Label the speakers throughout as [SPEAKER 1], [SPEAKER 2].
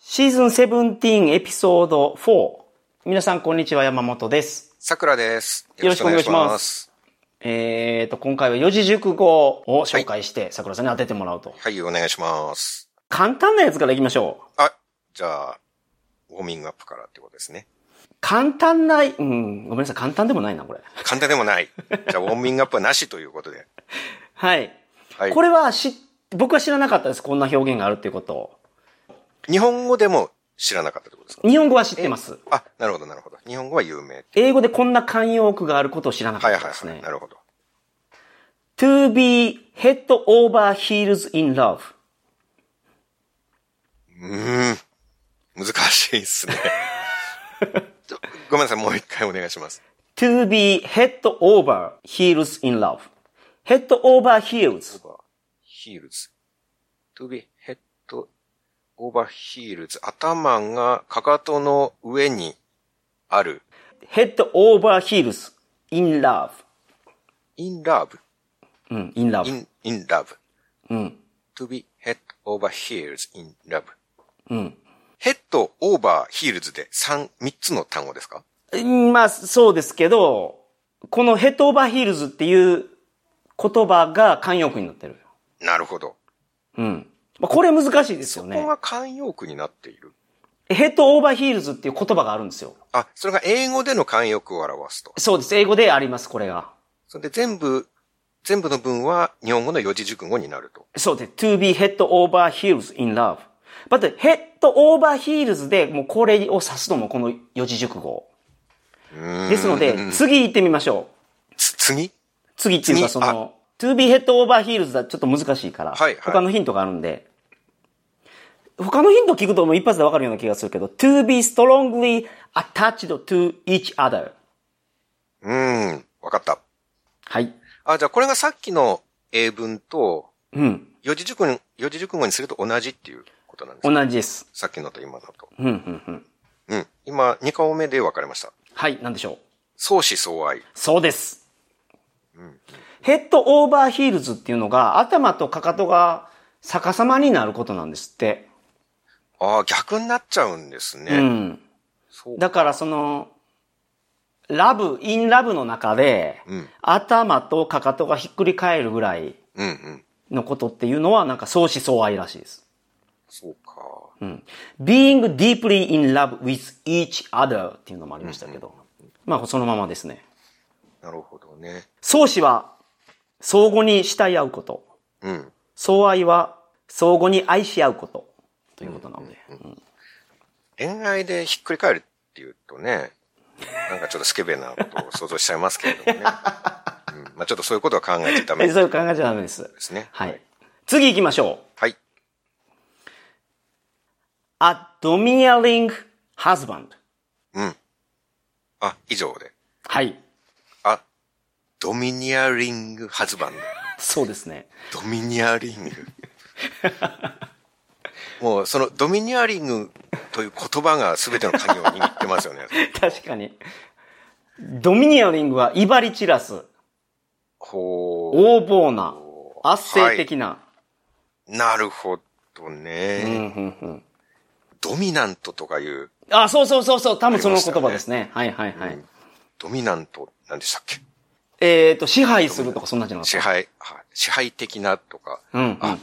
[SPEAKER 1] シーズン17エピソード4。皆さんこんにちは、山本です。
[SPEAKER 2] さくらです。
[SPEAKER 1] よろしくお願いします
[SPEAKER 2] よろし
[SPEAKER 1] えーと、今回は四字熟語を紹介して、桜さんに当ててもらうと。
[SPEAKER 2] くお願いします。はい、お願いします。
[SPEAKER 1] 簡単なやつからいきましょう。
[SPEAKER 2] あ、じゃあ、ウォーミングアップからってことですね。
[SPEAKER 1] 簡単な、うん、ごめんなさい、簡単でもないな、これ。
[SPEAKER 2] 簡単で もない。じゃあ、ウォーミングアップはなしということで。
[SPEAKER 1] はい。
[SPEAKER 2] はい。
[SPEAKER 1] これはし、僕は知らなかったです。こんな表現があるっていうことを。
[SPEAKER 2] 日本語でも知らなかったってことですか
[SPEAKER 1] 日本語は知ってます。
[SPEAKER 2] あ、なるほど、なるほど。日本語は有名。
[SPEAKER 1] 英語でこんな慣用句があることを知らなか
[SPEAKER 2] は
[SPEAKER 1] っ
[SPEAKER 2] いはい
[SPEAKER 1] たです
[SPEAKER 2] は
[SPEAKER 1] ね。
[SPEAKER 2] い。なるほど。
[SPEAKER 1] to be head over heels in love.
[SPEAKER 2] うーん。難しいで すね。ちょごめんなさい、もう一回お願いします。
[SPEAKER 1] to be head over heels in love. head over heels.
[SPEAKER 2] ヒールズ。to be head over heels. 頭がかかとの上にある。
[SPEAKER 1] head over heels in love.
[SPEAKER 2] in love.
[SPEAKER 1] うん、in love.
[SPEAKER 2] in, in love.
[SPEAKER 1] うん。
[SPEAKER 2] to be head over heels in love.
[SPEAKER 1] うん。
[SPEAKER 2] ヘッド、オーバー、ヒールズで3、3つの単語ですか
[SPEAKER 1] うんまあ、そうですけど、このヘッドオーバーヒールズっていう言葉が慣用句になってる。
[SPEAKER 2] なるほど。
[SPEAKER 1] うん。まあ、これ難しいですよ
[SPEAKER 2] ここ
[SPEAKER 1] ね。
[SPEAKER 2] が慣用句になっている。
[SPEAKER 1] ヘッドオーバーヒールズっていう言葉があるんですよ。
[SPEAKER 2] あ、それが英語での慣用句を表すと。
[SPEAKER 1] そうです。英語であります、これが。
[SPEAKER 2] それで全部、全部の文は日本語の四字熟語になると。
[SPEAKER 1] そうです。to be head over heels in love. But head over heels でもうこれを指すのもこの四字熟語。ですので、次行ってみましょう。
[SPEAKER 2] つ、次
[SPEAKER 1] 次っていうか
[SPEAKER 2] 次
[SPEAKER 1] その、to be head over heels だとちょっと難しいから、
[SPEAKER 2] はいはい
[SPEAKER 1] 他のヒントがあるんで、他のヒント聞くともう一発でわかるような気がするけど、to be strongly attached to each other。
[SPEAKER 2] うーん、わかった。
[SPEAKER 1] はい。
[SPEAKER 2] あ、じゃあこれがさっきの英文と
[SPEAKER 1] うん。
[SPEAKER 2] 四字熟語に、四字熟語にすると同じっていうことなんですね
[SPEAKER 1] 同じです。
[SPEAKER 2] さっきのと今のと。
[SPEAKER 1] うん、うん、うん。
[SPEAKER 2] うん。今、2顔目で分かれました。
[SPEAKER 1] はい、なんでしょう。
[SPEAKER 2] 相思相愛。
[SPEAKER 1] そうです。ヘッドオーバーヒールズっていうのが頭とかかとが逆さまになることなんですって。
[SPEAKER 2] ああ、逆になっちゃうんですね。
[SPEAKER 1] うん。
[SPEAKER 2] そう。
[SPEAKER 1] だからその、ラブ、インラブの中で、
[SPEAKER 2] うん
[SPEAKER 1] 頭とかかとがひっくり返るぐらい
[SPEAKER 2] うんうん。
[SPEAKER 1] のことっていうのはなんか相思相愛らしいです。
[SPEAKER 2] そうか。
[SPEAKER 1] うん。being deeply in love with each other っていうのもありましたけど。まあそのままですね。
[SPEAKER 2] なるほどね。
[SPEAKER 1] 相思は相互に慕い合うこと。
[SPEAKER 2] うん。
[SPEAKER 1] 相愛は相互に愛し合うことということなので。うん
[SPEAKER 2] 恋愛でひっくり返るっていうとね、なんかちょっとスケベなことを想像しちゃいますけれど もね。うん、まあちょっとそういうことは考えてダメ
[SPEAKER 1] え
[SPEAKER 2] で
[SPEAKER 1] そういう考えじゃダメです。
[SPEAKER 2] すね。
[SPEAKER 1] はい。次行きましょう。
[SPEAKER 2] はい。
[SPEAKER 1] a domineering husband。
[SPEAKER 2] うん。あ、以上で。
[SPEAKER 1] はい。
[SPEAKER 2] あ、ドミニアリングハズバン
[SPEAKER 1] そうです ね。
[SPEAKER 2] ド。ドミニアリング。 もうそのドミニアリングという言葉が全ての鍵を握ってますよね。
[SPEAKER 1] 確かに。ドミニアリングは威張り散らす、
[SPEAKER 2] ほう。
[SPEAKER 1] 横暴な、圧政的な。
[SPEAKER 2] なるほどね。
[SPEAKER 1] うんうんうん
[SPEAKER 2] ドミナントとかいう、
[SPEAKER 1] あ、そうそうそうそう、多分その
[SPEAKER 2] ありました
[SPEAKER 1] 言
[SPEAKER 2] ね
[SPEAKER 1] 葉ですね。はいはいはい。
[SPEAKER 2] ドミナント、なんでしたっけ
[SPEAKER 1] えっ、と、支配するとかそんなんじゃなかっ
[SPEAKER 2] 支
[SPEAKER 1] た。
[SPEAKER 2] 配、はい支配的なとか、
[SPEAKER 1] うんうん
[SPEAKER 2] あ、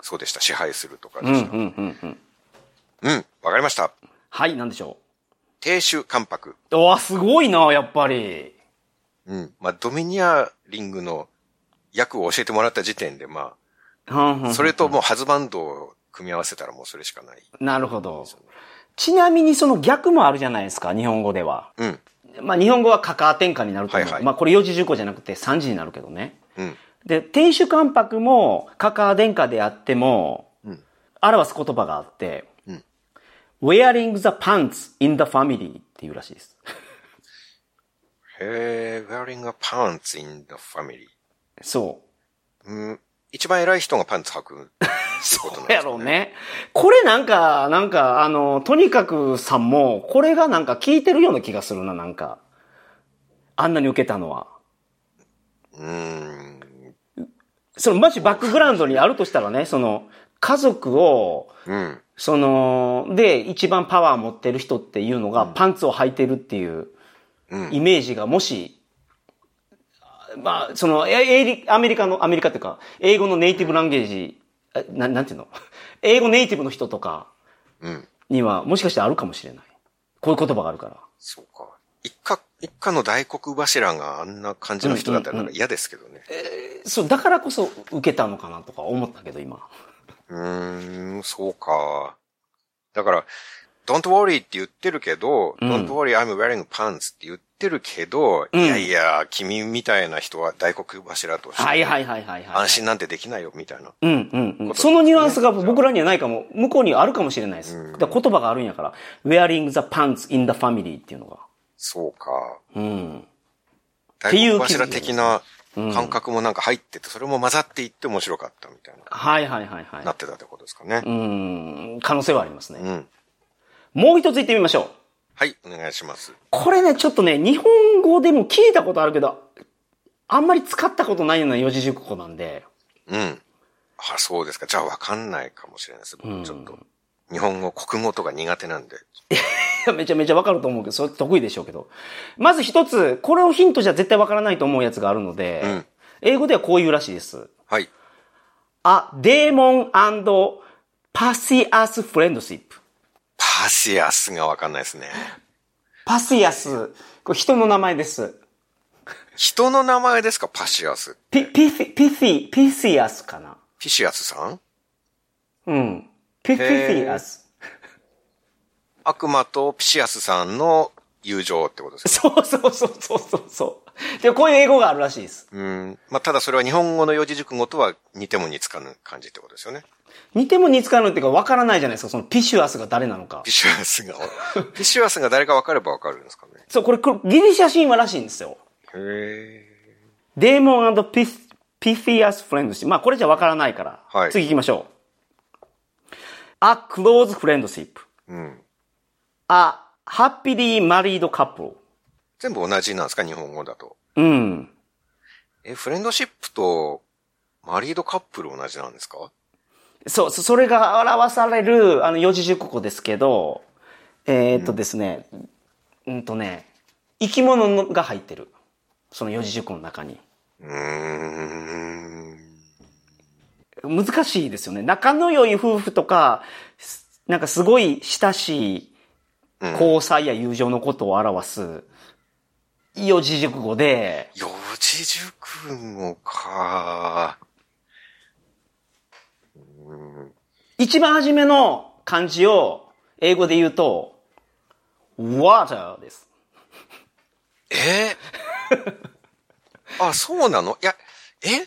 [SPEAKER 2] そうでした。支配するとかで
[SPEAKER 1] うんう
[SPEAKER 2] し
[SPEAKER 1] ん
[SPEAKER 2] た。
[SPEAKER 1] うんうん。
[SPEAKER 2] うん、わ、かりました。
[SPEAKER 1] はい、なんでしょ
[SPEAKER 2] 亭主関白。
[SPEAKER 1] う。わ、すごいな、やっぱり。
[SPEAKER 2] うん。まあ、ドミニアリングの訳を教えてもらった時点で、ま
[SPEAKER 1] うんうん
[SPEAKER 2] あ、それともうハズバンドを組み合わせたらもうそれしかない。
[SPEAKER 1] なるほど。ちなみにその逆もあるじゃないですか、日本語では。
[SPEAKER 2] うん、
[SPEAKER 1] まあ日本語はカカア転換になると思う。
[SPEAKER 2] はいはい
[SPEAKER 1] まあこれ4時10個じゃなくて3時になるけどね。
[SPEAKER 2] うん、
[SPEAKER 1] で、天守関白もカカア殿下であっても、
[SPEAKER 2] うん、
[SPEAKER 1] 表す言葉があって、
[SPEAKER 2] うん
[SPEAKER 1] wearing the pants in the family っていうらしいです。
[SPEAKER 2] へえ、wearing a pants in the family。
[SPEAKER 1] そう。
[SPEAKER 2] うん。一番偉い人がパンツ履く。そう
[SPEAKER 1] やろうね。これなんか、なんか、あの、とにかくさんも、これがなんか聞いてるような気がするな、なんか。あんなに受けたのは。
[SPEAKER 2] うーん。
[SPEAKER 1] その、もしバックグラウンドにあるとしたらね、その、家族を、
[SPEAKER 2] うん。
[SPEAKER 1] その、で、一番パワー持ってる人っていうのが、パンツを履いてるっていう
[SPEAKER 2] うん
[SPEAKER 1] イメージが、もし、まあ、その、ええりアメリカの、アメリカっていうか、英語のネイティブランゲージ、えななんていうの 英語ネイティブの人とか
[SPEAKER 2] うん。
[SPEAKER 1] には、もしかしてあるかもしれない。こういう言葉があるから。
[SPEAKER 2] そうか。一家、一家の大黒柱があんな感じの人だったらなんか嫌ですけどね。
[SPEAKER 1] そう、だからこそ受けたのかなとか思ったけど、今。
[SPEAKER 2] うーん、そうか。だから、don't worry って言ってるけど、
[SPEAKER 1] うん
[SPEAKER 2] don't worry I'm wearing pants って言ってるけど、
[SPEAKER 1] うん
[SPEAKER 2] いやいや、君みたいな人は大黒柱として、
[SPEAKER 1] はいはいはいはいはい
[SPEAKER 2] 安。心なんてできないよ、みたいな。
[SPEAKER 1] うんうんうん。そのニュアンスが僕らにはないかも、向こうにはあるかもしれないです。
[SPEAKER 2] うん
[SPEAKER 1] だから言葉があるんやから。wearing the pants in the family っていうのが。
[SPEAKER 2] そうか。
[SPEAKER 1] うん。
[SPEAKER 2] 大
[SPEAKER 1] ていう
[SPEAKER 2] 黒柱的な感覚もなんか入ってて、それも混ざっていって面白かったみたいな、
[SPEAKER 1] はいはいはいはい
[SPEAKER 2] な。ってたってことですかね。
[SPEAKER 1] うん。可能性はあります
[SPEAKER 2] う
[SPEAKER 1] ね。
[SPEAKER 2] ん。
[SPEAKER 1] もう一つ言ってみましょう。
[SPEAKER 2] はい、お願いします。
[SPEAKER 1] これね、ちょっとね、日本語でも聞いたことあるけど、あんまり使ったことないような四字熟語なんで。
[SPEAKER 2] うん。あ、そうですか。じゃあわかんないかもしれないです。僕ちょっと。日本語、国語とか苦手なんで。
[SPEAKER 1] いやめちゃめちゃわかると思うけど、それ得意でしょうけど。まず一つ、これをヒントじゃ絶対わからないと思うやつがあるので、
[SPEAKER 2] うん
[SPEAKER 1] 英語ではこういうらしいです。
[SPEAKER 2] はい。
[SPEAKER 1] あ、デーモンパシアスフレンドシップ。
[SPEAKER 2] パシアスがわかんないですね。
[SPEAKER 1] パシアス、これ人の名前です。
[SPEAKER 2] 人の名前ですかパシアス。
[SPEAKER 1] ピ、ピフィ、ピフィ、ピシアスかな。
[SPEAKER 2] ピシアスさん
[SPEAKER 1] うん。ピ、ピフィアス。
[SPEAKER 2] 悪魔とピシアスさんの友情ってことですか
[SPEAKER 1] そうそうそうそうそうそう。で、こういう英語があるらしいです。
[SPEAKER 2] うん。まあ、ただそれは日本語の四字熟語とは似ても似つかぬ感じってことですよね。
[SPEAKER 1] 似ても似つかぬっていうかわからないじゃないですか、そのピシュアスが誰なのか
[SPEAKER 2] ピ。シュアスが、 ピシュアスが誰か分かれば分かるんですかね。
[SPEAKER 1] そう、これこれギリシャ神話らしいんですよ。
[SPEAKER 2] へえ。
[SPEAKER 1] デーモンピスピフィアスフレンドシップ。まあこれじゃわからないから。
[SPEAKER 2] はい
[SPEAKER 1] 次行きましょう。A close friendship.
[SPEAKER 2] うん。
[SPEAKER 1] A happily married couple.
[SPEAKER 2] 全部同じなんですか日本語だと。
[SPEAKER 1] うん。
[SPEAKER 2] え、フレンドシップとマリードカップル同じなんですか
[SPEAKER 1] そう、そそれが表される、あの、四字熟語ですけど、えーっとですね、うん、とね、生き物のが入ってる。その四字熟語の中に。
[SPEAKER 2] うーん。
[SPEAKER 1] 難しいですよね。仲の良い夫婦とか、すなんかすごい親しい
[SPEAKER 2] うん
[SPEAKER 1] 交際や友情のことを表す四字熟語で、
[SPEAKER 2] 四字熟語か。
[SPEAKER 1] 一番初めの漢字を英語で言うと、water です。
[SPEAKER 2] え あ、そうなのいや、えい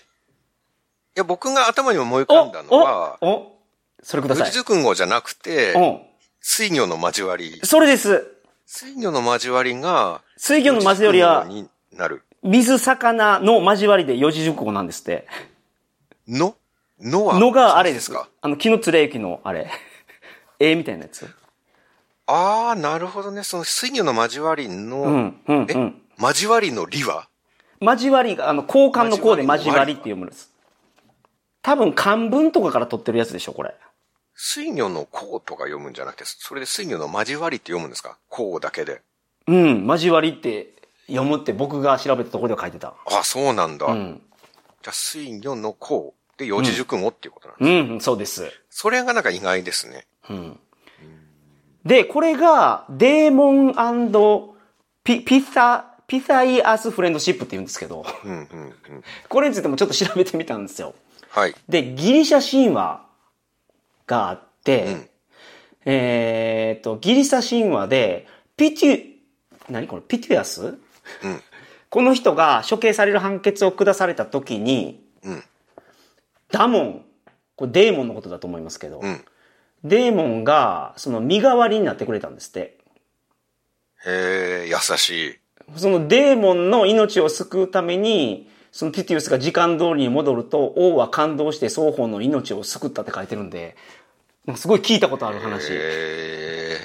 [SPEAKER 2] や、僕が頭に思い浮
[SPEAKER 1] お
[SPEAKER 2] かんだのは、
[SPEAKER 1] おおそれくださ
[SPEAKER 2] 四字
[SPEAKER 1] い。
[SPEAKER 2] 熟語じゃなくて、
[SPEAKER 1] お
[SPEAKER 2] 水魚の交わり。
[SPEAKER 1] それです。
[SPEAKER 2] 水魚の交わりが、
[SPEAKER 1] 水魚の交わりは
[SPEAKER 2] 四字熟語になる。
[SPEAKER 1] 水魚の交わりで四字熟語なんですって。
[SPEAKER 2] ののは
[SPEAKER 1] のがあれです
[SPEAKER 2] そう
[SPEAKER 1] かあの、木のつれゆきのあれ。 えみたいなやつ。
[SPEAKER 2] ああ、なるほどね。その水魚の交わりの、
[SPEAKER 1] うん、うん、う
[SPEAKER 2] え、
[SPEAKER 1] ん。
[SPEAKER 2] 交わりのりは
[SPEAKER 1] 交わりが、あの、交換の項で交わりって読むんです。多分漢文とかから取ってるやつでしょ、これ。
[SPEAKER 2] 水魚のこうとか読むんじゃなくて、それで水魚の交わりって読むんですかこうだけで。
[SPEAKER 1] うん、交わりって読むって僕が調べたところでは書いてた。
[SPEAKER 2] あ、そうなんだ。
[SPEAKER 1] うん。
[SPEAKER 2] じゃあ水魚のこうで四字熟語っていうことなんだ、
[SPEAKER 1] うん、うんそうです。
[SPEAKER 2] それがなんか意外ですね。
[SPEAKER 1] うん。で、これが、デーモンピ、ピサ、ピサイアスフレンドシップって言うんですけど、
[SPEAKER 2] うんうんうん。
[SPEAKER 1] これについてもちょっと調べてみたんですよ。
[SPEAKER 2] はい。
[SPEAKER 1] で、ギリシャ神話があって、
[SPEAKER 2] うん
[SPEAKER 1] えーっと、ギリシャ神話で、ピテュ、何これ、ピテュアス、この人が処刑される判決を下された時に、
[SPEAKER 2] うん
[SPEAKER 1] ダモン、これデーモンのことだと思いますけど、
[SPEAKER 2] うん。
[SPEAKER 1] デーモンが、その身代わりになってくれたんですって。
[SPEAKER 2] へえ、優しい。
[SPEAKER 1] そのデーモンの命を救うために、そのピティウスが時間通りに戻ると、王は感動して双方の命を救ったって書いてるんで、なんかすごい聞いたことある話。
[SPEAKER 2] へえ。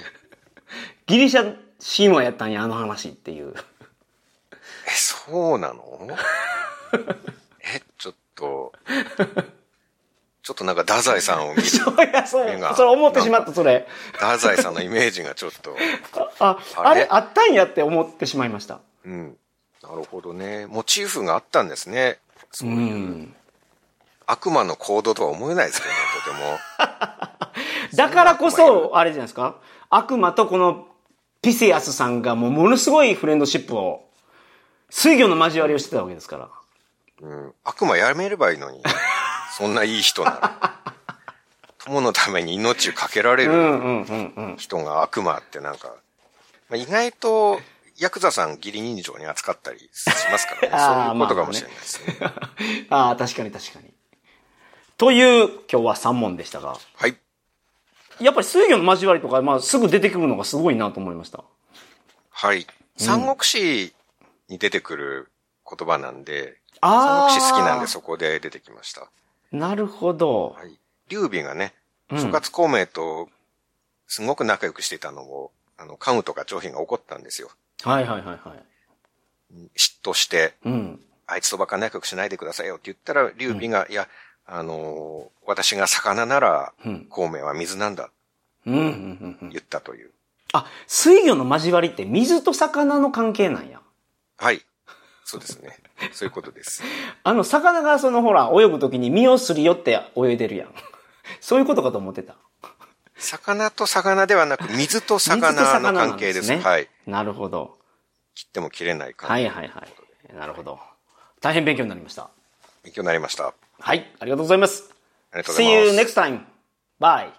[SPEAKER 1] ギリシャ神話やったんや、あの話って いう。
[SPEAKER 2] え、 そうなのえ、ちょっと、ちちょっとなんか太宰さんを 見る。
[SPEAKER 1] そういや、そう
[SPEAKER 2] 目が、
[SPEAKER 1] それ思ってしまった、それ。
[SPEAKER 2] 太宰さんのイメージがちょっと。
[SPEAKER 1] あ、あ
[SPEAKER 2] あれ
[SPEAKER 1] れあったんやって思ってしまいました。
[SPEAKER 2] うん。なるほどね。モチーフがあったんですね。そういう、悪魔の行動とは思えないですけどね、とても。
[SPEAKER 1] だからこそ、あれじゃないですか。悪魔とこのピセアスさんがもうものすごいフレンドシップを、水魚の交わりをしてたわけですから。
[SPEAKER 2] うん、悪魔やめればい いのに。そんないい人なら。友のために命をかけられ
[SPEAKER 1] う
[SPEAKER 2] る
[SPEAKER 1] んうんうんうん。。
[SPEAKER 2] 人が悪魔ってなんか、まあ、意外と、ヤクザさん義理人情に扱ったりしますからね
[SPEAKER 1] あー
[SPEAKER 2] そういうことかもしれないですね。
[SPEAKER 1] ああ、確かに確かに。という、今日は3問でしたが。
[SPEAKER 2] はい。
[SPEAKER 1] やっぱり水魚の交わりとか、まあ、すぐ出てくるのがすごいなと思いました。
[SPEAKER 2] はい。三国志に出てくる言葉なんで、三
[SPEAKER 1] ああ。
[SPEAKER 2] 国志好きなんでそこで出てきました。
[SPEAKER 1] なるほど。
[SPEAKER 2] はい。劉備がね、
[SPEAKER 1] うん
[SPEAKER 2] 諸葛孔明とすごく仲良くしていたのを、あの、関羽とか張飛が怒ったんですよ。
[SPEAKER 1] はいはいはいはい。
[SPEAKER 2] 嫉妬して、
[SPEAKER 1] うん。
[SPEAKER 2] あいつとばっか仲良くしないでくださいよって言ったら、劉備が、いや、あのー私が魚なら
[SPEAKER 1] うん、
[SPEAKER 2] 孔明は水なんだ、
[SPEAKER 1] うんうんうんうん。
[SPEAKER 2] 言ったという。
[SPEAKER 1] あ、水魚の交わりって水と魚の関係なんや。
[SPEAKER 2] はい。そうですね。そういうことです。
[SPEAKER 1] あの、魚がそのほら、泳ぐときに身をすり寄って泳いでるやん。 そういうことかと思ってた。
[SPEAKER 2] 魚と魚では なく、水と魚の関係です。
[SPEAKER 1] 水と魚なんね
[SPEAKER 2] はい。。
[SPEAKER 1] なるほど。
[SPEAKER 2] 切っても切れない関係。
[SPEAKER 1] はいはいはい。なるほど。大変勉強になりました。
[SPEAKER 2] 勉強になりました。あ
[SPEAKER 1] はい、ありがとうございます。
[SPEAKER 2] りがとうござい
[SPEAKER 1] See
[SPEAKER 2] ます。
[SPEAKER 1] you next time. Bye.